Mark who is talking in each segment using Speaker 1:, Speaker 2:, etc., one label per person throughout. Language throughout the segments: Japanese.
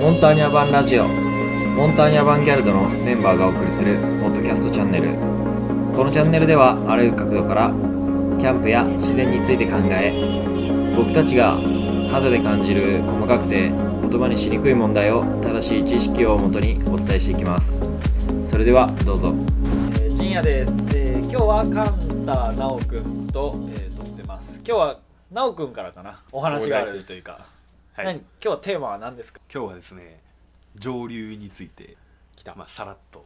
Speaker 1: モンターニャ版ラジオモンターニャ版ギャルドのメンバーがお送りするポッドキャストチャンネルこのチャンネルではあらゆる角度からキャンプや自然について考え僕たちが肌で感じる細かくて言葉にしにくい問題を正しい知識をもとにお伝えしていきますそれではどうぞ陣也です、今日は神田直くんと、撮ってます今日は直くんからかなお話
Speaker 2: 話
Speaker 1: があ
Speaker 2: があ
Speaker 1: る
Speaker 2: る
Speaker 1: というか、
Speaker 2: はい、
Speaker 1: 今日はテーマは何ですか
Speaker 2: 今日はですね上流について
Speaker 1: 来た
Speaker 2: まあ、さらっと、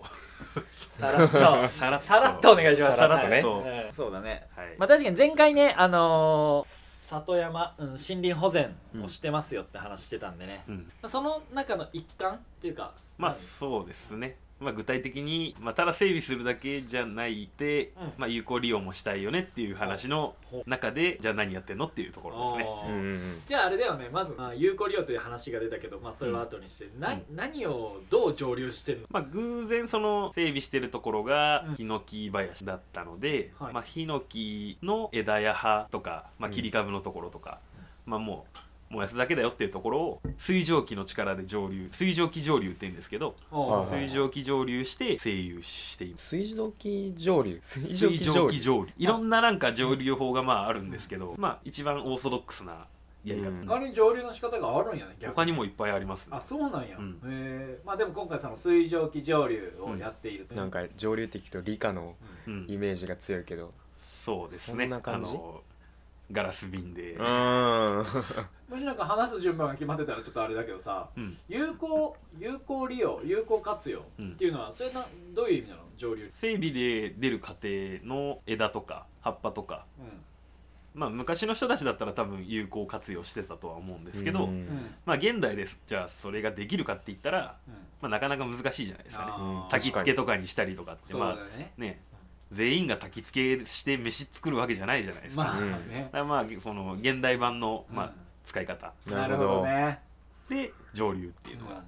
Speaker 1: さらっと
Speaker 2: さらっと
Speaker 1: さらっとお願いします
Speaker 2: さらっとね
Speaker 1: はいうんそうだね
Speaker 2: はい
Speaker 1: まあ確かに前回ねあのー里山、うん、森林保全をしてますよって話してたんでね、
Speaker 2: うん
Speaker 1: まあその中の一環っていうか
Speaker 2: まあそうですね、まあ、具体的に、まあ、ただ整備するだけじゃないで、
Speaker 1: うん
Speaker 2: まあ、有効利用もしたいよねっていう話の
Speaker 1: ほ
Speaker 2: 中でじゃあ何やってんのっていうところですね
Speaker 1: あ
Speaker 3: う
Speaker 1: ー
Speaker 3: んうん
Speaker 1: じゃああれだよねまず、まあ、有効利用という話が出たけど、まあ、それは後にして、な何をどう蒸留してるの
Speaker 2: まあ、偶然その整備してるところが
Speaker 1: うん
Speaker 2: ヒノキ林だったので、
Speaker 1: はい
Speaker 2: まあ、ヒノキの枝や葉とか、まあ、
Speaker 3: うん
Speaker 2: 切り株のところとか、まあ、もう燃やすだけだよっていうところを水蒸気の力で蒸留水蒸気蒸留って言うんですけど
Speaker 1: おー
Speaker 3: はい
Speaker 2: 水蒸気蒸留して精油しています
Speaker 3: 水蒸気蒸留水
Speaker 2: 水蒸気蒸留いろんななんか蒸留法がまああるんですけど、まあ一番オーソドックスなやり方、
Speaker 3: うん
Speaker 1: 他に蒸留の仕方があるんやね逆に
Speaker 2: 他にもいっぱいありますね
Speaker 1: あそうなんや、
Speaker 2: うん
Speaker 1: へえまあでも今回その水蒸気蒸留をやっていると、
Speaker 3: なんか蒸留って聞くと理科の
Speaker 2: うん
Speaker 3: イメージが強いけど
Speaker 2: そうです
Speaker 3: そ
Speaker 2: ね
Speaker 3: んな感じ
Speaker 2: あのガラス瓶で、
Speaker 3: ん
Speaker 1: もしなんか話す順番が決まってたらちょっとあれだけどさ
Speaker 2: うん
Speaker 1: 有効有効利用有効活用
Speaker 2: うん
Speaker 1: っていうのはそれなどういう意味なの蒸留
Speaker 2: 整備で出る過程の枝とか葉っぱとか、まあ、昔の人たちだったら多分有効活用してたとは思うんですけ
Speaker 1: う
Speaker 2: ど、
Speaker 1: んうん
Speaker 2: まあ、現代ですじゃあそれができるかって言ったら、
Speaker 1: うん
Speaker 2: まあ、なかなか難しいじゃないですかね
Speaker 1: あー
Speaker 2: 焚き付けとかにしたりとかって
Speaker 1: そう
Speaker 2: ま
Speaker 1: だ
Speaker 2: あ
Speaker 1: ね
Speaker 2: ね全員が焚き付けして飯作るわけじゃないじゃないですか,、
Speaker 1: まあ
Speaker 3: うん
Speaker 1: ね
Speaker 2: だからまあこの現代版の、まあ
Speaker 1: うん
Speaker 2: 使い方
Speaker 1: なるほどね
Speaker 2: で上流っていうの
Speaker 1: う
Speaker 2: が
Speaker 1: ん、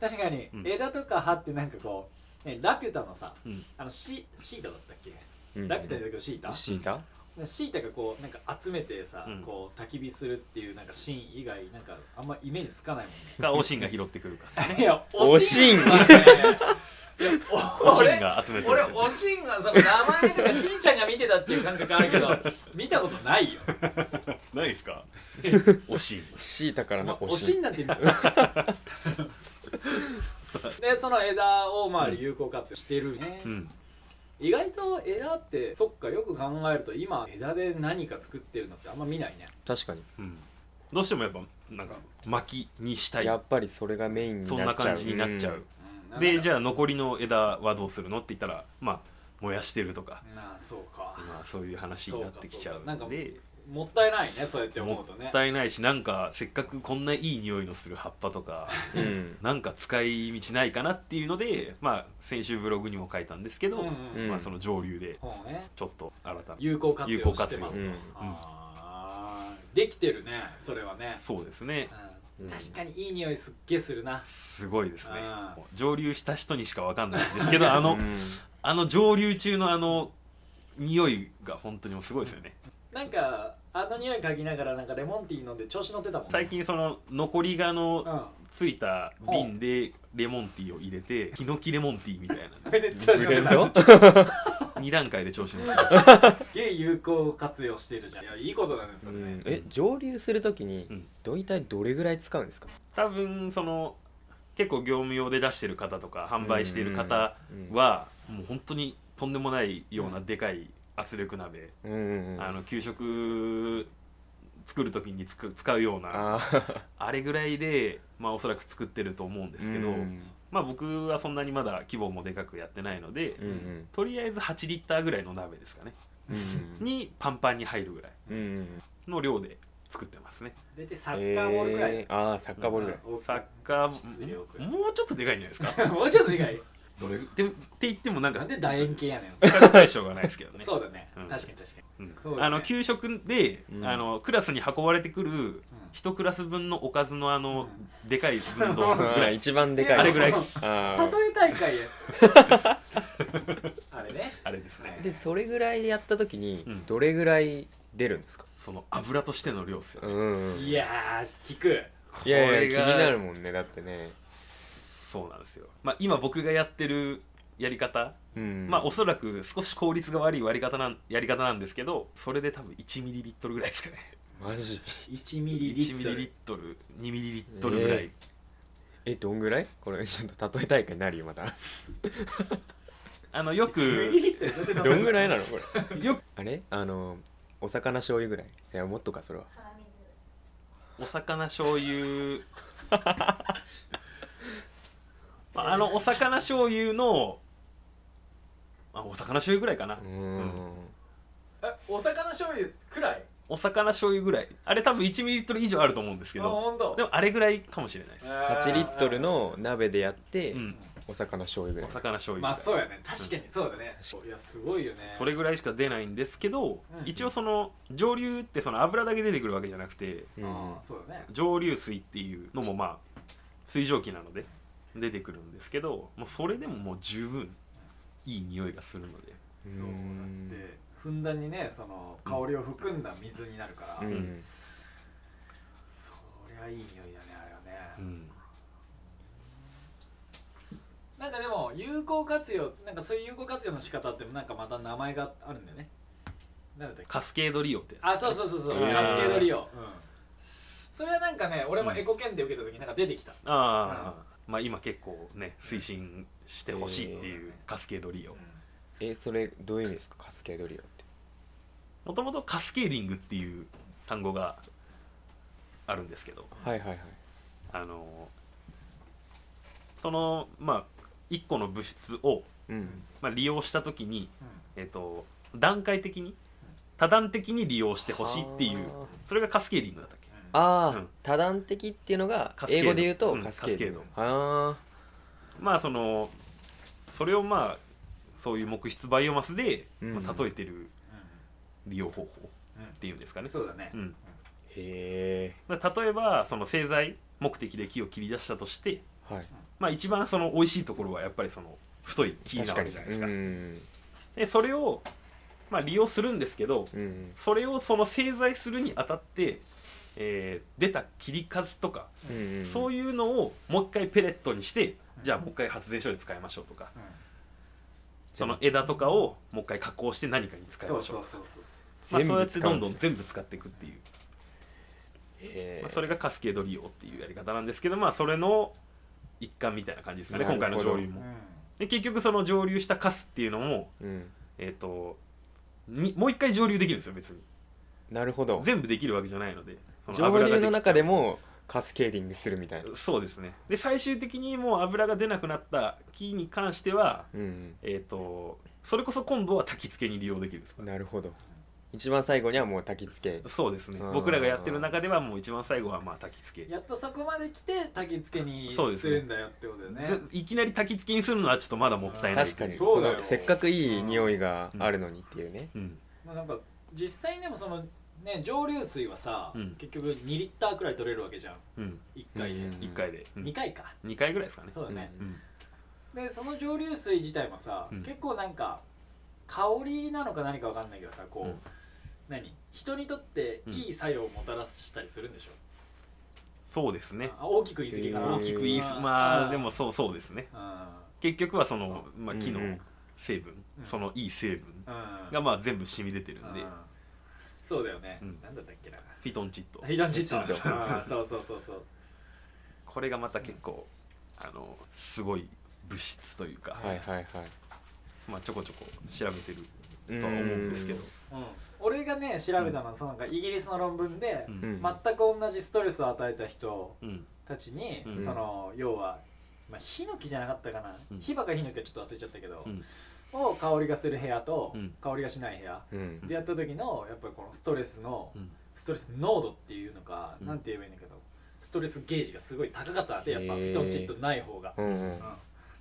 Speaker 1: 確かに
Speaker 2: うん
Speaker 1: 枝とか葉ってなんかこうねラピュタのさ
Speaker 2: うん
Speaker 1: あのシシータだったっけ
Speaker 3: うん
Speaker 1: ラピュタだけどシータ
Speaker 3: シータ
Speaker 1: シータがこうなんか集めてさ
Speaker 2: うん
Speaker 1: こう焚き火するっていうなんかシーン以外なんかあんまイメージつかないもんね
Speaker 2: がオシンが拾ってくるか
Speaker 1: いや、
Speaker 3: おしん
Speaker 1: はねいや
Speaker 2: オシン
Speaker 1: 俺、
Speaker 2: が集めてく
Speaker 1: 俺
Speaker 2: る、
Speaker 1: おしんはその名前とかちいちゃんが見てたっていう感覚あるけど、見たことないよ。
Speaker 2: ないで すかオシン
Speaker 3: シータからの
Speaker 1: お
Speaker 3: お
Speaker 1: し
Speaker 3: し
Speaker 1: ん
Speaker 3: ん
Speaker 1: なんて。で、その枝をまあ有効活用してるね。
Speaker 2: うん
Speaker 1: 意外と枝って、そっか、よく考えると、今枝で何か作ってるのってあんま見ないね。
Speaker 3: 確かに
Speaker 2: うんどうしてもやっぱなんか薪にしたい
Speaker 3: やっぱりそれがメインになっち
Speaker 2: そ
Speaker 3: ゃうん
Speaker 2: な感じになっちゃう、
Speaker 1: うん
Speaker 2: でじ
Speaker 1: ゃ
Speaker 2: ゃあ残りの枝はどうするのって言ったらまあ燃やしてるとか、
Speaker 1: なあ、そうか。
Speaker 2: まあ、そういう話になってきちゃう
Speaker 1: そうかそうか
Speaker 2: ので
Speaker 1: もったいないね、そうやって思
Speaker 2: も
Speaker 1: うとね
Speaker 2: っ。たいないしなんかせっかくこんないい匂いのする葉っぱとか
Speaker 3: うん、うん
Speaker 2: なんか使い道ないかなっていうのでまあ先週ブログにも書いたんですけど、
Speaker 1: うん
Speaker 3: うん
Speaker 2: まあ、その上流で
Speaker 1: ほうね。
Speaker 2: ちょっと新たな
Speaker 1: 有効活用してますと、
Speaker 3: 有効活用うん
Speaker 1: あーできてるねそれはね、
Speaker 2: そうですね
Speaker 1: うん
Speaker 3: うん
Speaker 1: 確かにいい匂いすっげえするな
Speaker 2: すごいですね
Speaker 1: あー
Speaker 2: もう上流した人にしかわかんないんです けどあの、あの上流中のあの匂いが本当にもうすごいですよね
Speaker 1: なんかあの匂い嗅ぎながらなんかレモンティー飲んで調子乗ってたもん
Speaker 2: 最近その残りが
Speaker 1: う
Speaker 2: の
Speaker 1: ん
Speaker 2: ついた瓶でレモンティーを入れてヒノキレモンティーみたい
Speaker 1: それで調子乗ってたす
Speaker 2: な2段階で調子乗ってます
Speaker 1: げえ有効活用してるじゃんいやいいことなんですよね、
Speaker 3: え蒸留するときに
Speaker 2: うん
Speaker 3: どいたいどれぐらい使うんですか
Speaker 2: 多分その結構業務用で出してる方とか販売している方
Speaker 3: うん
Speaker 2: はもう本当にとんでもないようなでかい圧力鍋
Speaker 3: うんうんうん
Speaker 2: あの給食作る時に使う使うような
Speaker 3: あー
Speaker 2: あれぐらいでまあおそらく作ってると思うんですけど
Speaker 3: うん
Speaker 2: まあ僕はそんなにまだ規模もでかくやってないので、
Speaker 3: うんうん
Speaker 2: とりあえず8リッターぐらいの鍋ですかね
Speaker 3: うん
Speaker 2: にパンパンに入るぐらい
Speaker 3: うんうん
Speaker 2: の量で作ってますね
Speaker 1: 大体サッカーボールくらい、
Speaker 3: えーああサッカーボールぐらい
Speaker 1: 大き
Speaker 2: サッ
Speaker 1: さ
Speaker 2: カ
Speaker 1: 質
Speaker 2: ー
Speaker 1: 量くらい
Speaker 2: もうちょっとでかいんじゃないです か
Speaker 1: もうちょっと以外
Speaker 2: どれってって言ってもなんか
Speaker 1: なんで楕円形やねん
Speaker 2: 比較対象がないですけどね
Speaker 1: そうだね、
Speaker 2: うん
Speaker 1: 確かに確かに
Speaker 2: うん
Speaker 1: そうだね
Speaker 2: あの給食で、
Speaker 3: うん
Speaker 2: あのクラスに運ばれてくる一クラス分のおかずのあの、でかい寸胴
Speaker 3: あ
Speaker 2: ぐら
Speaker 3: ー
Speaker 2: い
Speaker 3: 一番でかい
Speaker 2: あれぐらい
Speaker 1: 例
Speaker 3: あー
Speaker 1: え大会やあれね
Speaker 2: あれですね
Speaker 3: でそれぐらいでやった時に
Speaker 2: うん
Speaker 3: どれぐらい出るんですか、
Speaker 2: その油としての量ですよ
Speaker 3: う
Speaker 2: ね、
Speaker 3: んうん、
Speaker 1: いやー聞く
Speaker 3: いやいや
Speaker 2: これ
Speaker 3: 気
Speaker 2: が
Speaker 3: になるもんねだってね
Speaker 2: そうなんですよ、まあ、今僕がやってるやり方、
Speaker 3: うん
Speaker 2: まあおそらく少し効率が悪い割り方なんやり方なんですけどそれで多分1ミリリットルぐらいですかね
Speaker 3: マジ
Speaker 1: 1ミリリ
Speaker 2: 1ミ
Speaker 1: ット
Speaker 2: リ
Speaker 1: ル
Speaker 2: リットル2ミリリットルぐらい、
Speaker 3: ええどんぐらいこれちょっと例え大会になるよまた
Speaker 2: あのよ
Speaker 1: 1ミリ
Speaker 2: く
Speaker 1: リットルどうやって名前
Speaker 3: どんぐらいなのこれ
Speaker 2: よく
Speaker 3: あれあのお魚醤油ぐらいいやもっとかそれは
Speaker 2: お魚醤油まああのお魚醤油のあお魚醤油ぐらいかな、
Speaker 3: うーん
Speaker 2: うん
Speaker 1: あお魚醤油くらい
Speaker 2: お魚醤油ぐらいあれ多分1ミリリットル以上あると思うんですけ
Speaker 1: あ
Speaker 2: ど
Speaker 1: ほんと
Speaker 2: でもあれぐらいかもしれないです、
Speaker 3: 8リットルの鍋でやって、
Speaker 2: うん、
Speaker 3: お魚醤油ぐ
Speaker 2: お
Speaker 3: らい
Speaker 2: 魚醤油ぐら
Speaker 1: ま
Speaker 2: い
Speaker 1: あそうやね確かにそうだねいやすごいよね
Speaker 2: それぐらいしか出ないんですけど、
Speaker 1: うん
Speaker 2: 一応その蒸留ってその油だけ出てくるわけじゃなくて
Speaker 3: うん
Speaker 1: あーそうだね
Speaker 2: 蒸留水っていうのもまあ水蒸気なので出てくるんですけどもうそれでももう十分いい匂いがするので
Speaker 3: う
Speaker 1: そうだ
Speaker 3: ん
Speaker 1: ってふんだんにねその香りを含んだ水になるから、
Speaker 3: うん
Speaker 2: うん
Speaker 1: そりゃいい匂いだねあれはね、
Speaker 2: うん
Speaker 1: なんかでも有効活用なんかそういう有効活用の仕方ってなんかまた名前があるんだよねなんだったっけ
Speaker 2: カスケードリオって
Speaker 1: あそうそうそうそう、
Speaker 2: うん
Speaker 1: カスケード利用、うん、それはなんかね俺もエコ検定受けた時なんか出てきた、
Speaker 2: ああ、まあ今結構ね推進してほしいっていう
Speaker 1: えー
Speaker 2: カスケードリオ
Speaker 3: えそれどういう意味ですかカスケードリオって
Speaker 2: もともとカスケーディングっていう単語があるんですけど
Speaker 3: はいはいはい
Speaker 2: あのそのまあ一個の物質を、
Speaker 3: うん
Speaker 2: まあ、利用した時に、
Speaker 1: うん
Speaker 2: えっと段階的に多段的に利用してほしいっていう
Speaker 3: はあ
Speaker 2: それがカスケーディングだったっけ
Speaker 3: あー、
Speaker 2: うん
Speaker 3: 多段的っていうのが
Speaker 2: カスケー
Speaker 3: 英
Speaker 2: ド
Speaker 3: 語で言うと
Speaker 2: うん
Speaker 3: カスケード,、
Speaker 2: カス
Speaker 3: あ
Speaker 2: まあそのそれをまあそういう木質バイオマスで、
Speaker 3: うん
Speaker 2: まあ、例えてる
Speaker 1: う
Speaker 2: 利用
Speaker 1: ん
Speaker 2: 方法
Speaker 1: うん
Speaker 2: っていうんですか
Speaker 1: うん
Speaker 2: ね、
Speaker 1: そうだね、
Speaker 2: うん、
Speaker 3: ーへ
Speaker 2: だから例えばその製材目的で木を切り出したとして、
Speaker 3: えはい
Speaker 2: まあ、一番その美味しいところはやっぱりその太い木なわ
Speaker 3: 確か
Speaker 2: け
Speaker 3: に
Speaker 2: じゃないですか
Speaker 3: うん
Speaker 2: でそれを、まあ、利用するんですけど
Speaker 3: うん
Speaker 2: それをその製材するにあたって、えー出た切り数とか、
Speaker 3: うんうん
Speaker 2: そう
Speaker 3: いう
Speaker 2: いうのをもう一回ペレットにしてじゃあもう一回発電所で使いましょうとか
Speaker 1: うん
Speaker 2: その枝とかをもう一回加工して何かに使い
Speaker 1: そ
Speaker 2: ま
Speaker 1: う
Speaker 2: しょ
Speaker 1: そううそうそうそ
Speaker 2: まあ、そうや
Speaker 3: 全部
Speaker 2: って
Speaker 3: 使
Speaker 2: ど
Speaker 3: うんん
Speaker 2: ど
Speaker 3: ですね
Speaker 2: ん全部使っていくっていう、
Speaker 3: へ
Speaker 2: ま
Speaker 3: え
Speaker 2: あ、それがカスケード利用っていうやり方なんですけどまあそれの一環みたいな感じですかね
Speaker 3: な
Speaker 2: 今
Speaker 3: る
Speaker 2: 回
Speaker 3: ほど
Speaker 2: の蒸留
Speaker 1: う
Speaker 2: も
Speaker 1: う。
Speaker 2: で結局その蒸留したカスっていうのも
Speaker 3: うん
Speaker 2: えっ、とにもう一回蒸留できるんですよ別に
Speaker 3: なるほど
Speaker 2: 全部できるわけじゃないのでその
Speaker 3: 上
Speaker 2: 油が出
Speaker 3: 流
Speaker 2: て
Speaker 3: の
Speaker 2: きちゃう
Speaker 3: 中でもカスケーディングするみたいな
Speaker 2: そうですねで最終的にもう油が出なくなった木に関しては
Speaker 3: うん
Speaker 2: えっ、とそれこそ今度は焚き付けに利用できるんですか
Speaker 3: なるほど一番最後にはもう焚き付け
Speaker 2: そうですね
Speaker 3: うん
Speaker 2: 僕らがやってる中ではもう一番最後はまあ焚き付
Speaker 1: ん
Speaker 2: け
Speaker 1: やっとそこまで来て焚き付けに
Speaker 2: そうです
Speaker 1: す
Speaker 2: ね
Speaker 1: るんだよってことだよね
Speaker 2: ずいきなり焚き付けにするのはちょっとまだもったいない
Speaker 3: 確かに
Speaker 1: そうだよ
Speaker 3: のせっかくいい匂いがあるのにっていうね
Speaker 2: うん
Speaker 1: まあ、なんか実際にでもそのね蒸留水はさ、
Speaker 2: うん
Speaker 1: 結局2リッターくらい取れるわけじゃん
Speaker 2: うん
Speaker 1: 1回で、
Speaker 3: うん
Speaker 2: 1回で、う
Speaker 1: 2
Speaker 2: ん、
Speaker 1: 回か
Speaker 2: 2回ぐらいですかね
Speaker 1: そうだね、
Speaker 2: うん
Speaker 1: でその蒸留水自体もさ、
Speaker 2: うん
Speaker 1: 結構なんか香りなのか何かわかんないけどさこう、
Speaker 2: うん
Speaker 1: 何人にとっていい作用をもたらしたりするんでしょ、
Speaker 2: そうですね
Speaker 1: あ大きく言い過ぎかな、
Speaker 3: うん
Speaker 2: 大きく言いす
Speaker 1: うん
Speaker 2: ま
Speaker 1: う
Speaker 2: あ
Speaker 1: ん
Speaker 2: でもそうそうですね
Speaker 1: う
Speaker 2: 結局はその、まあ、
Speaker 3: うん
Speaker 2: 木の成分、
Speaker 1: うん
Speaker 2: そのいい成分
Speaker 1: んうん
Speaker 2: がまあ全部染み出てるんで、
Speaker 1: うんそうだよね、
Speaker 2: うん
Speaker 1: なんだったっけな
Speaker 2: フィトンチッド
Speaker 1: あイランジット
Speaker 3: イランジッ
Speaker 1: あーそうそうそうそう
Speaker 2: これがまた結構、あのすごい物質というか、
Speaker 3: はいはいはい
Speaker 2: まあ、ちょこちょこ調べてる
Speaker 3: うん
Speaker 2: とは思うんですけど、
Speaker 1: うん、俺がね調べたのは、そのなんかイギリスの論文で、
Speaker 2: うん
Speaker 3: うん
Speaker 1: 全く同じストレスを与えた人
Speaker 2: うん
Speaker 1: たちに、
Speaker 2: うん
Speaker 1: その要は、まあ、ヒノキじゃなかったかな、
Speaker 2: うん
Speaker 1: ヒバかヒノキはちょっと忘れちゃったけど、
Speaker 2: うん
Speaker 1: を香りがする部屋と、
Speaker 2: うん
Speaker 1: 香りがしない部屋
Speaker 3: うん
Speaker 1: でやった時のやっぱりこのストレスの、
Speaker 2: うん
Speaker 1: ストレス濃度っていうのか、
Speaker 2: うん
Speaker 1: なんて言えばいいんだけどストレスゲージがすごい高かったってやっぱ
Speaker 3: へ
Speaker 1: フ
Speaker 3: ー
Speaker 1: ィトンチッドない方が。
Speaker 3: うんうん
Speaker 1: うんっ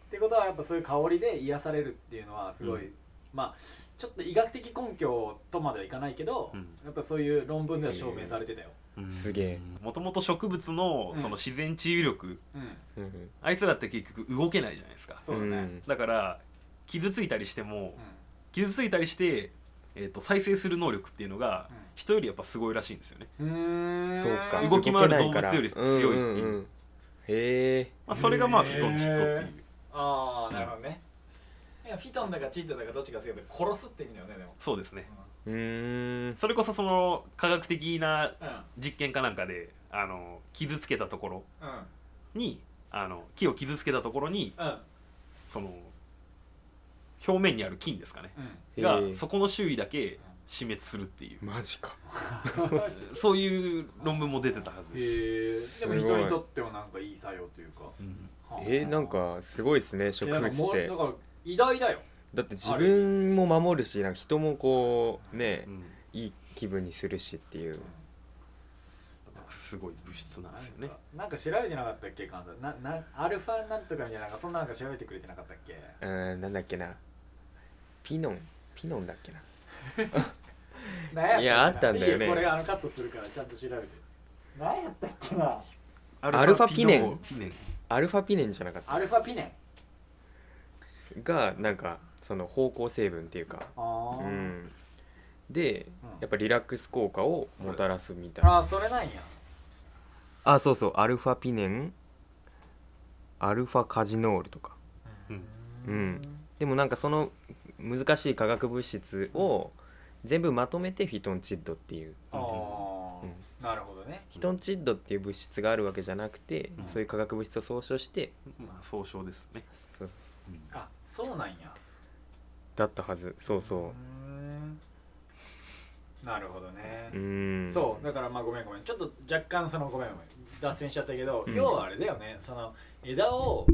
Speaker 1: てことはやっぱそういう香りで癒されるっていうのはすごい、
Speaker 2: う
Speaker 1: まあちょっと医学的根拠とまではいかないけど、
Speaker 2: うん
Speaker 1: やっぱそういう論文では証明されてたよ、
Speaker 2: うん
Speaker 3: すげえ
Speaker 2: もともと植物の
Speaker 1: うん
Speaker 2: その自然治癒力、
Speaker 1: うん
Speaker 3: うんうん
Speaker 2: あいつらって結局動けないじゃないですか
Speaker 1: そうだね、うん
Speaker 2: だから傷ついたりしても傷ついたりして、えー、と再生する能力っていうのが
Speaker 1: うん
Speaker 2: 人よりやっぱすごいらしいんですよね
Speaker 1: うーん
Speaker 3: そうか
Speaker 2: 動き回る動
Speaker 3: けないから
Speaker 2: 物より強いっていう
Speaker 3: うんうんうんへえ
Speaker 2: まあ、それがまあフィトンチッドっていう
Speaker 1: ああなるほどね、いやフィトンだかチットだかどっちが好きだか殺すって意味だよねでも
Speaker 2: そうですね
Speaker 3: うーん
Speaker 2: それこそその科学的な
Speaker 1: うんうん
Speaker 2: 実験かなんかであの傷つけたところ
Speaker 1: うん
Speaker 2: にあの木を傷つけたところに
Speaker 1: うん
Speaker 2: その表面にある菌ですかね
Speaker 3: へ
Speaker 2: が
Speaker 3: ー
Speaker 2: そこの周囲だけ死滅するっていう
Speaker 3: マジか
Speaker 2: そういう論文も出てたはずです、
Speaker 1: へえ
Speaker 3: す
Speaker 1: でも
Speaker 3: ごい
Speaker 1: 人にとってはなんかいい作用というか、
Speaker 2: うん
Speaker 1: はあ
Speaker 3: えー、なんかすごいですね植
Speaker 1: いや
Speaker 3: 物
Speaker 1: なんかも
Speaker 3: っ
Speaker 1: う
Speaker 3: て
Speaker 1: だから偉大だよ
Speaker 3: だって自分も守るしなんか人もこうね
Speaker 2: うん
Speaker 3: いい気分にするしっていう
Speaker 2: すごい物質なんですよ
Speaker 1: なん
Speaker 2: ね
Speaker 1: かなんか調べてなかったっけ簡単ななアルファなんとかみたいななんかそんななんか調べてくれてなかったっけ
Speaker 3: うーんなんだっけなピノンピノンだっけな
Speaker 1: 何やったっけない
Speaker 3: やあったんだよね
Speaker 1: いいこれあのカットするからちゃんと調べて何やったっけな
Speaker 3: アルファピネン
Speaker 2: アルファピノピネン
Speaker 3: アルファピネンじゃなかった
Speaker 1: アルファピネン
Speaker 3: がなんかその芳香成分っていうか
Speaker 1: あ
Speaker 3: う
Speaker 1: ー、
Speaker 3: んで
Speaker 1: うん
Speaker 3: やっぱリラックス効果をもたらすみたいな
Speaker 1: あーそれなんや
Speaker 3: あそうそうアルファピネンアルファカジノールとか
Speaker 2: うん
Speaker 3: うんでもなんかその難しい化学物質を全部まとめてフィトンチッドっていう
Speaker 1: ああ、
Speaker 3: うん
Speaker 1: なるほどね
Speaker 3: フィトンチッドっていう物質があるわけじゃなくて、
Speaker 2: うん
Speaker 3: そういう化学物質を総称して
Speaker 2: まあ総称ですね
Speaker 3: そう
Speaker 2: うん
Speaker 1: あそうなんや
Speaker 3: だったはずそうそ
Speaker 1: ーんなるほどね
Speaker 3: うう、ーん
Speaker 1: そうだからまあごめんごめんちょっと若干そのごめんごめん脱線しちゃったけど、
Speaker 3: うん
Speaker 1: 要はあれだよねその枝を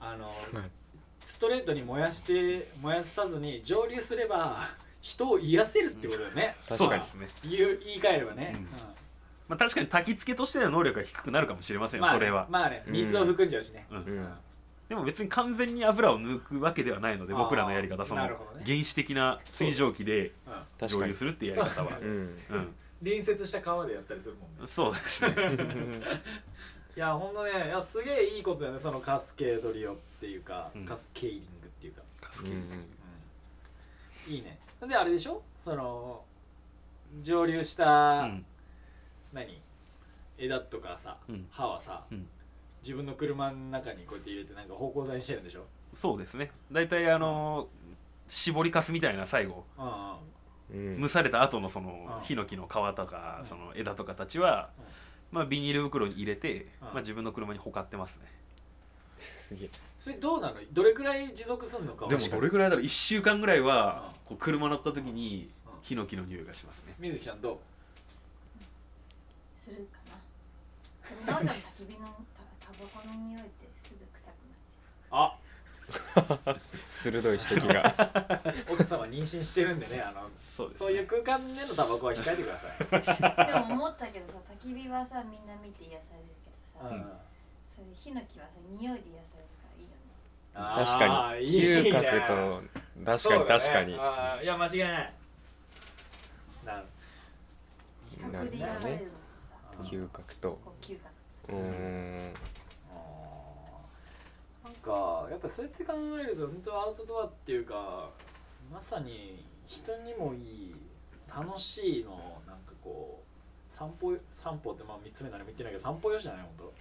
Speaker 1: あの
Speaker 3: はい
Speaker 1: ストレートに燃やして燃やさずに蒸留すれば人を癒せるってことだよね、
Speaker 3: うん
Speaker 2: そうで
Speaker 3: 確かに
Speaker 2: すね、
Speaker 1: 言う言い換えればね、
Speaker 2: うんまあ、確かに焚き付けとしての能力が低くなるかもしれませんよ、
Speaker 1: まあね
Speaker 2: それは、
Speaker 1: まあね
Speaker 3: うん
Speaker 1: 水を含んじゃうしね、
Speaker 2: うん
Speaker 3: うん
Speaker 2: でも別に完全に油を抜くわけではないので
Speaker 1: あー
Speaker 2: 僕らのやり方そ
Speaker 1: な
Speaker 2: の原
Speaker 1: るほどね
Speaker 2: 始的な水蒸気
Speaker 1: う
Speaker 2: で
Speaker 1: ん
Speaker 2: 蒸
Speaker 3: 確か
Speaker 2: 留
Speaker 3: に
Speaker 2: するっていうやり方は
Speaker 3: うん
Speaker 2: う
Speaker 1: 隣接した川でやったりするもんね
Speaker 2: んそうですね
Speaker 1: いやほんとねいやすげえいいことだよねそのカスケードリオっていうか、
Speaker 2: うん
Speaker 1: カスケーリングっていうか
Speaker 2: カスケード
Speaker 3: うん
Speaker 1: うんいいねであれでしょその蒸留した、
Speaker 2: うん
Speaker 1: 何枝とかさ、
Speaker 2: うん
Speaker 1: 葉はさ、
Speaker 2: うん
Speaker 1: 自分の車の中にこうやって入れてなんか芳香剤にしてるんでしょ
Speaker 2: そうですね大体あのー絞りかすみたいな最後
Speaker 1: うんうん
Speaker 3: うん
Speaker 2: 蒸された後のそ
Speaker 1: あ
Speaker 2: の
Speaker 1: あ
Speaker 2: ヒノキの皮とか
Speaker 1: うん
Speaker 2: その枝とかたちは
Speaker 1: うん、
Speaker 2: まあ、ビニール袋に入れて、
Speaker 1: ああ
Speaker 2: まあ、自分の車にほかってますね
Speaker 3: すげえ
Speaker 1: それどうなのどれくらい持続すんのかは
Speaker 2: でもどれぐらいだろう1週間ぐらい
Speaker 1: あ
Speaker 2: は
Speaker 1: あ
Speaker 2: こう車乗った時に
Speaker 1: ああ
Speaker 2: ヒノキの匂いがしますね
Speaker 1: 水木ちゃんどう
Speaker 4: するかな。どんどん焚き火のたタバコの匂いってすぐ臭くなっちゃ
Speaker 1: あ
Speaker 3: 鋭い指摘が
Speaker 1: 奥様妊娠してるんでねあの
Speaker 2: そうですね
Speaker 1: そういう空間でのタバコは控えてください、
Speaker 4: う。で も思ったけどさ、焚き火はさ、みんな見て癒されるけどさ、
Speaker 1: うん
Speaker 4: それヒノキはさ、匂いで癒されるからい
Speaker 1: あ
Speaker 4: いよね。
Speaker 1: ー
Speaker 3: 確かに
Speaker 1: いいね
Speaker 3: 嗅覚と
Speaker 1: そう
Speaker 3: 確かに
Speaker 1: だね
Speaker 3: 確かに
Speaker 1: あーいや間違いないなる
Speaker 4: 視覚で癒されるのとさ、
Speaker 1: うん
Speaker 3: 嗅覚と
Speaker 4: こう嗅覚
Speaker 3: うー
Speaker 4: とさ。
Speaker 3: ん
Speaker 1: あーなんかやっぱそうやって考えると本当アウトドアっていうかまさに人にもいい楽しいのなんかこう散歩散歩ってまあ3つ目何も言ってないけど散歩よしじゃない本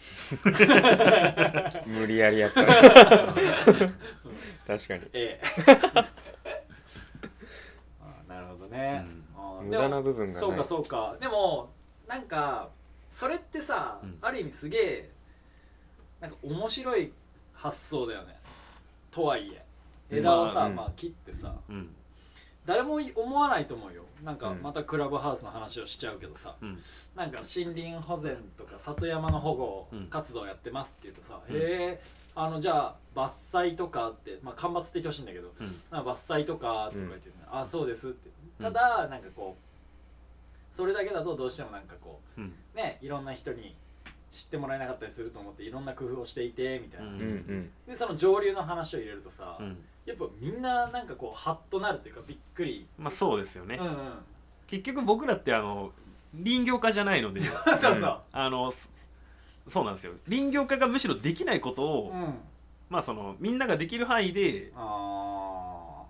Speaker 3: 無理やりやった確かに
Speaker 1: 当ええ あーなるほどね、
Speaker 2: う
Speaker 1: あー
Speaker 3: 無
Speaker 1: でも
Speaker 3: 駄な部分が
Speaker 1: そう
Speaker 3: な
Speaker 1: か
Speaker 3: い
Speaker 1: そうかでもなんかそれってさ、
Speaker 2: うん
Speaker 1: ある意味すげえなんか面白い発想だよねとはいえ枝をさ、
Speaker 2: ま
Speaker 1: ま
Speaker 3: あ
Speaker 1: あ
Speaker 3: うん
Speaker 1: 切ってさ
Speaker 2: うん
Speaker 1: 誰も思わないと思うよなんか
Speaker 3: うん
Speaker 1: またクラブハウスの話をしちゃうけどさ、
Speaker 2: うん
Speaker 1: なんか森林保全とか里山の保護
Speaker 2: うん
Speaker 1: 活動やってますっていうとさ、
Speaker 2: うん
Speaker 1: へえあのじゃあ伐採とかって、まあ、間伐って言ってほしいんだけど、
Speaker 2: うん
Speaker 1: なんか伐採とかとか言ってるね、あそうですってただなんかこうそれだけだとどうしてもなんかこ
Speaker 2: うん
Speaker 1: うねいろんな人に知ってもらえなかったりすると思っていろんな工夫をしていてみたいな、
Speaker 2: う
Speaker 3: うんんうん
Speaker 1: でその上流の話を入れるとさ、
Speaker 2: うん
Speaker 1: やっぱみんななんかこうハッとなるというかびっくり、
Speaker 2: まあそうですよね、
Speaker 1: うんうん
Speaker 2: 結局僕らってあの林業家じゃないので
Speaker 1: そうそう、
Speaker 2: あのそそうなんですよ林業家がむしろできないことを、
Speaker 1: うん、
Speaker 2: まあそのみんなができる範囲で
Speaker 1: あ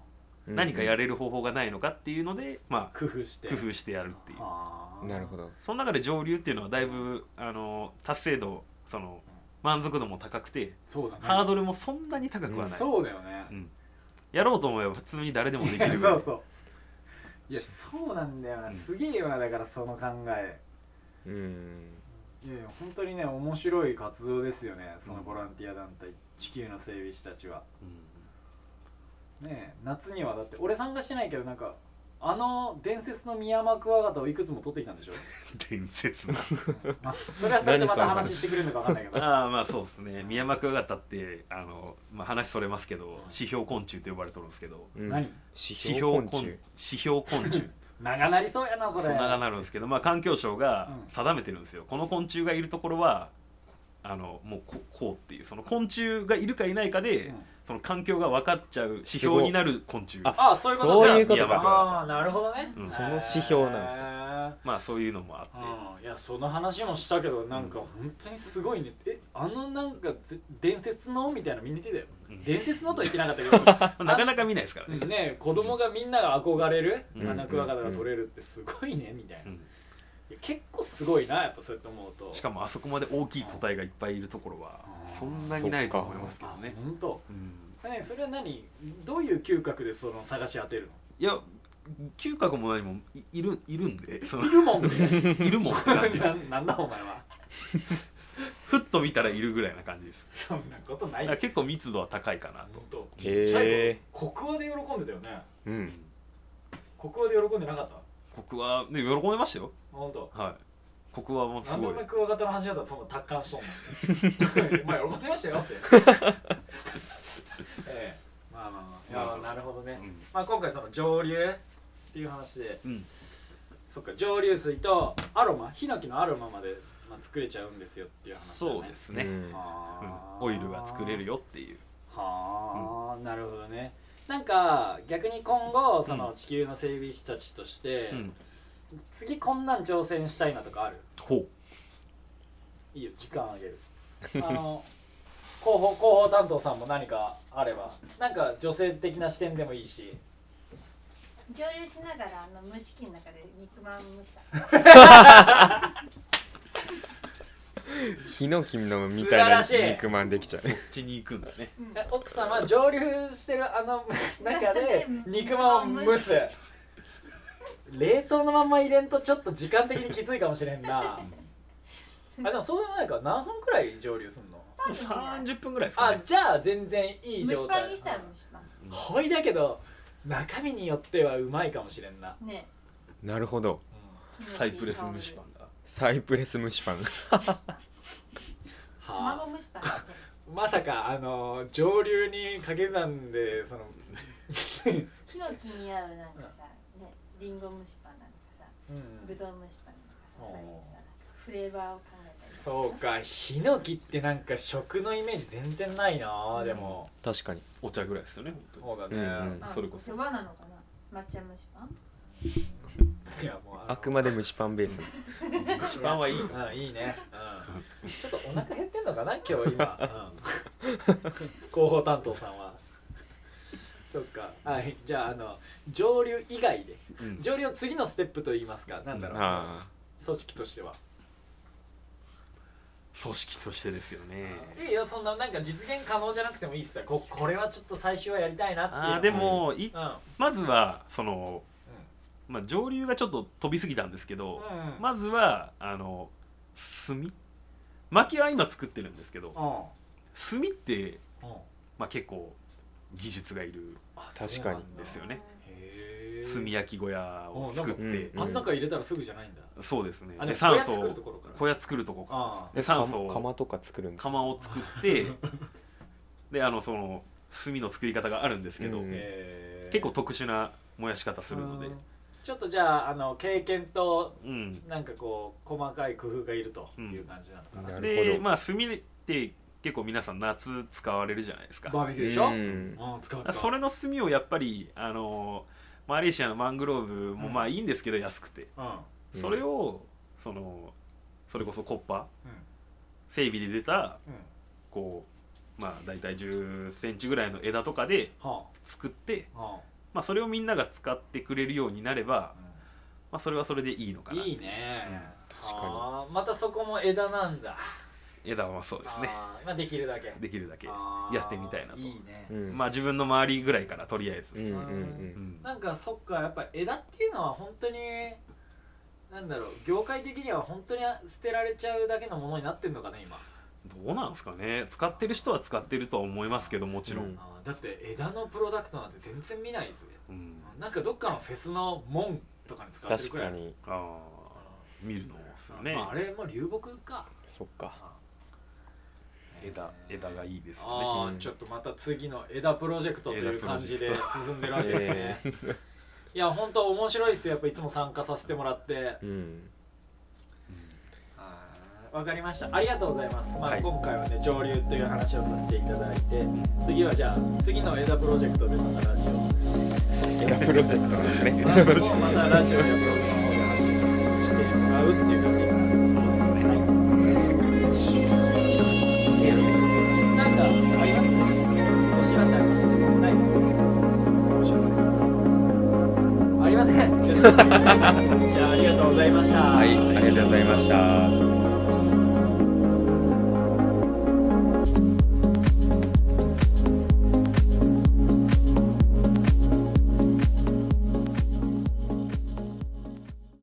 Speaker 3: うん
Speaker 2: 何かやれる方法がないのかっていうので、ま
Speaker 1: ー工夫して
Speaker 2: あ工夫してやるっていう
Speaker 1: あー
Speaker 3: なるほど
Speaker 2: その中で上流っていうのはだいぶあの達成度その、満足度も高くて
Speaker 1: そうだね
Speaker 2: ハードルもそんなに高くはない、
Speaker 1: そうだよね、
Speaker 2: うんやろうと思えば普通に誰でもでき る
Speaker 1: そうそういやそうなんだよなすげえよなだからその考え
Speaker 3: うん
Speaker 1: いやいや本当にね面白い活動ですよねそのボランティア団体、地球の整備士たちはねえ夏にはだって俺参加してないけどなんかあの伝説のミヤマクワガタをいくつも取ってきた んでしょ
Speaker 2: 伝説な
Speaker 1: まあそれはそれでまた話してくれるのか分かんないけど
Speaker 2: ああまあそうですね宮間クワガタってあの、まあ、話それますけど指標昆虫と呼ばれてるんですけど
Speaker 3: うん
Speaker 1: 何
Speaker 3: 指
Speaker 2: 指
Speaker 3: 標
Speaker 2: 標
Speaker 3: 昆
Speaker 2: 昆
Speaker 3: 虫
Speaker 2: 指標昆虫
Speaker 1: 長なりそうやなそ
Speaker 2: そ
Speaker 1: れ
Speaker 2: んながなるんですけど、まあ、環境省が
Speaker 1: うん
Speaker 2: 定めてるんですよ、この昆虫がいるところはあのもうここうっていうその昆虫がいるかいないかで、
Speaker 1: うん
Speaker 2: その環境が分かっちゃう指標になる昆虫
Speaker 3: あ
Speaker 1: ああそういうこと
Speaker 3: そういうこと
Speaker 2: か
Speaker 1: ああなるほどね、
Speaker 2: うん
Speaker 3: その指標なんです
Speaker 1: ん
Speaker 2: まあそういうのもあって、
Speaker 1: うん、いやその話もしたけどなんか本当にすごいねえあのなんかぜ伝説のみたいなのみんな言ってたよ
Speaker 2: うん
Speaker 1: 伝説のとは言ってなか った
Speaker 2: まあなかなか見ないですから
Speaker 1: けど
Speaker 2: ね、
Speaker 1: ね子供がみんなが憧れる
Speaker 2: うん
Speaker 1: アナクワガタが取れるってすごいねみたいな
Speaker 2: う
Speaker 1: い
Speaker 2: ん
Speaker 1: や結構すごいなやっぱそうやって思うと
Speaker 2: しかもあそこまで大きい個体がいっぱいいるところはそんなにないと思いますけど
Speaker 1: あ
Speaker 2: ね、
Speaker 1: 本当
Speaker 2: うん
Speaker 1: ねそれは何どういう嗅覚でその探し当てる
Speaker 2: いや嗅覚も何もいいるいるんでその
Speaker 1: のいるもんね
Speaker 2: いるもんって感じです
Speaker 1: ななんだお前は
Speaker 2: ふっと見たらいるぐらいな感じです
Speaker 1: そんなことな
Speaker 2: だ
Speaker 1: い
Speaker 2: から
Speaker 1: よ
Speaker 2: 結構密度は高いかなと
Speaker 1: 本当ち
Speaker 3: ー
Speaker 1: っちゃい頃国話で喜んでたよね
Speaker 3: うん
Speaker 1: 国話で喜んでなかった
Speaker 2: 僕はね喜んでましたよ
Speaker 1: 本当
Speaker 2: はい僕はもうす
Speaker 1: なんで
Speaker 2: ご
Speaker 1: お
Speaker 2: い
Speaker 1: 前クワガタの走り方そ んな達観しとんのお前喜んでましたよって ええまあまあまあいやなるほどね、まあ、今回その上流っていう話で
Speaker 2: うん、うん、
Speaker 1: そっか上流水とアロマヒノキのアロマまで、まあ、作れちゃうんですよっていう話だ、ね、
Speaker 2: そうですね、
Speaker 3: うん
Speaker 1: あ
Speaker 2: うん
Speaker 1: ー
Speaker 2: オイルが作れるよっていう
Speaker 1: はあ、なるほどねなんか逆に今後その
Speaker 2: うん
Speaker 1: 地球の整備士たちとして、
Speaker 2: うん
Speaker 1: 次こんなん挑戦したいなとかある
Speaker 2: ほ
Speaker 1: いいよ時間あげ るあの広報広報担当さんも何かあればなんか女性的な視点でもいいし
Speaker 4: 上流しながらあの蒸し器の中で肉まん蒸した。
Speaker 3: ヒノキのみ
Speaker 1: 素晴
Speaker 3: た
Speaker 1: ら
Speaker 3: い
Speaker 1: しい
Speaker 3: な肉まんできちゃう
Speaker 2: うこっちに行くんだね
Speaker 1: え奥さん は上流してるあの中で肉まんを蒸す冷凍のまんま入れんとちょっと時間的にきついかもしれん なあでもそうでもないから何分くらい上流すんの
Speaker 4: パンにね
Speaker 2: 30分ぐらいですか
Speaker 1: あ
Speaker 2: ね
Speaker 1: じゃあ全然いい
Speaker 4: 蒸
Speaker 1: 状
Speaker 4: しパ
Speaker 1: 態
Speaker 4: ンにしたら蒸しパ
Speaker 1: ほいだけど中身によってはうまいかもしれんな、
Speaker 4: ン。ね。
Speaker 3: なるほど
Speaker 2: サイプレス蒸しパンが
Speaker 3: サイプレス蒸しパン
Speaker 1: はあ
Speaker 4: 卵蒸しパンだね。
Speaker 1: まさかあの上流に掛け算でその
Speaker 4: ヒノキに合うなんかさ、ね、リンゴ蒸しパンなんかさ、
Speaker 1: うん
Speaker 4: ぶどう蒸しパンなんかさ、そういうさ
Speaker 1: お、
Speaker 4: フレーバーを考えたり。
Speaker 1: そうかヒノキってなんか食のイメージ全然ないなでも
Speaker 3: 確かに
Speaker 2: お茶ぐらいですよね本当に
Speaker 1: そうだね、
Speaker 3: うんうん
Speaker 4: あ。
Speaker 2: それこそ
Speaker 4: 和なのかな。抹茶蒸しパン。
Speaker 1: いやもうの
Speaker 3: あくまで蒸しパンベース
Speaker 2: 一番はいい
Speaker 1: うんいいね、うん、ちょっとお腹減ってんのかな 今日今、うん、広報担当さんはそっかはいじゃああの上流以外で
Speaker 2: うん
Speaker 1: 上流の次のステップといいますかなんだろう、
Speaker 3: あ
Speaker 1: 組織としては
Speaker 2: 組織としてですよね
Speaker 1: いいよそんななんか実現可能じゃなくてもいいっすよここれはちょっと最終はやりたいなっていう
Speaker 2: あーでもい
Speaker 1: うん
Speaker 2: まずはその、まあ、上流がちょっと飛びすぎたんですけど、
Speaker 1: うん
Speaker 2: まずはあの炭薪は今作ってるんですけど
Speaker 1: う
Speaker 2: 炭って、
Speaker 1: んうん
Speaker 2: まあ、結構技術がいる
Speaker 1: あ
Speaker 3: 確かに
Speaker 1: そうなん
Speaker 2: ん
Speaker 1: だ
Speaker 2: ですよね
Speaker 1: へー
Speaker 2: 炭焼き小屋を作って、
Speaker 1: うん
Speaker 3: うん
Speaker 1: あん中入れたらすぐじゃないんだ
Speaker 2: そうですね
Speaker 1: あ
Speaker 2: で
Speaker 1: で
Speaker 2: 酸
Speaker 1: 酸素
Speaker 2: 素
Speaker 1: 作る
Speaker 2: を
Speaker 1: ところから
Speaker 2: 小屋作るとこか
Speaker 1: あ
Speaker 2: で
Speaker 3: あ
Speaker 2: 酸素を
Speaker 3: 釜とか作るんですか
Speaker 2: 釜を作ってであのその炭の作り方があるんですけど、
Speaker 3: うん
Speaker 2: 結構特殊な燃やし方するので、
Speaker 1: ちょっとじゃああの経験と
Speaker 2: うん、
Speaker 1: なんかこう細かい工夫がいるという感じなのかな、
Speaker 3: なるほど
Speaker 2: でまあ炭って結構皆さん夏使われるじゃないですか
Speaker 1: バーベキューでしょ、う、
Speaker 3: うんん
Speaker 1: 使う使う
Speaker 2: それの炭をやっぱりあのマレーシアのマングローブも
Speaker 1: うん
Speaker 2: まあいいんですけど安くて、
Speaker 1: うん、
Speaker 3: うん
Speaker 2: それをそのそれこそコッパ
Speaker 1: うん
Speaker 2: 整備で出た
Speaker 1: うん
Speaker 2: こうまあ大体1 0ンチぐらいの枝とかで
Speaker 1: は
Speaker 2: 作って、
Speaker 1: あ、は
Speaker 2: まあ、それをみんなが使ってくれるようになれば
Speaker 1: あ、、
Speaker 2: まあ、それはそれでいいのかない
Speaker 1: いね、
Speaker 3: 確かに
Speaker 1: はあまたそこも枝なんだ
Speaker 2: 枝はそうですね
Speaker 1: あーまあできるだけ
Speaker 2: できるだけ
Speaker 1: あー
Speaker 2: やってみたいなと
Speaker 1: いいね、
Speaker 3: うん
Speaker 2: まあ自分の周りぐらいからとりあえ
Speaker 3: う
Speaker 2: ず、
Speaker 3: んうんう
Speaker 2: うんん
Speaker 1: なんかそっかやっぱ枝っていうのは本当になんだろう業界的には本当に捨てられちゃうだけのものになってんのかね今
Speaker 2: どうなんですかね使ってる人は使ってるとは思いますけどもちろん、
Speaker 3: う
Speaker 2: うんん
Speaker 1: あーだって枝のプロダクトなんて全然見ないですねなんかどっかのフェスの門とかに使ってる
Speaker 3: 確
Speaker 1: くら
Speaker 3: か
Speaker 1: い
Speaker 3: に
Speaker 2: ああ見るのもするね、
Speaker 1: まあ、あれも流木か
Speaker 3: そっか
Speaker 2: 枝枝がいいですよね
Speaker 1: ああ、
Speaker 3: うん
Speaker 1: ちょっとまた次の枝プロジェクトという感じで進んでるわけですね、いや本当面白いですよやっぱいつも参加させてもらって
Speaker 3: うん
Speaker 1: わかりましたありがとうございます、まあ
Speaker 2: はい
Speaker 1: 今回はね上流という話をさせていただいて次はじゃあ次の枝プロジェクトでまたラジオ
Speaker 3: 枝プロジェクトなんですね
Speaker 1: またラジオやブログの方で発信させてもらうっていう感じになるなんかありますお知らせありますないですありませんよしいやありがとうございました、
Speaker 3: はいありがとうございました
Speaker 1: はい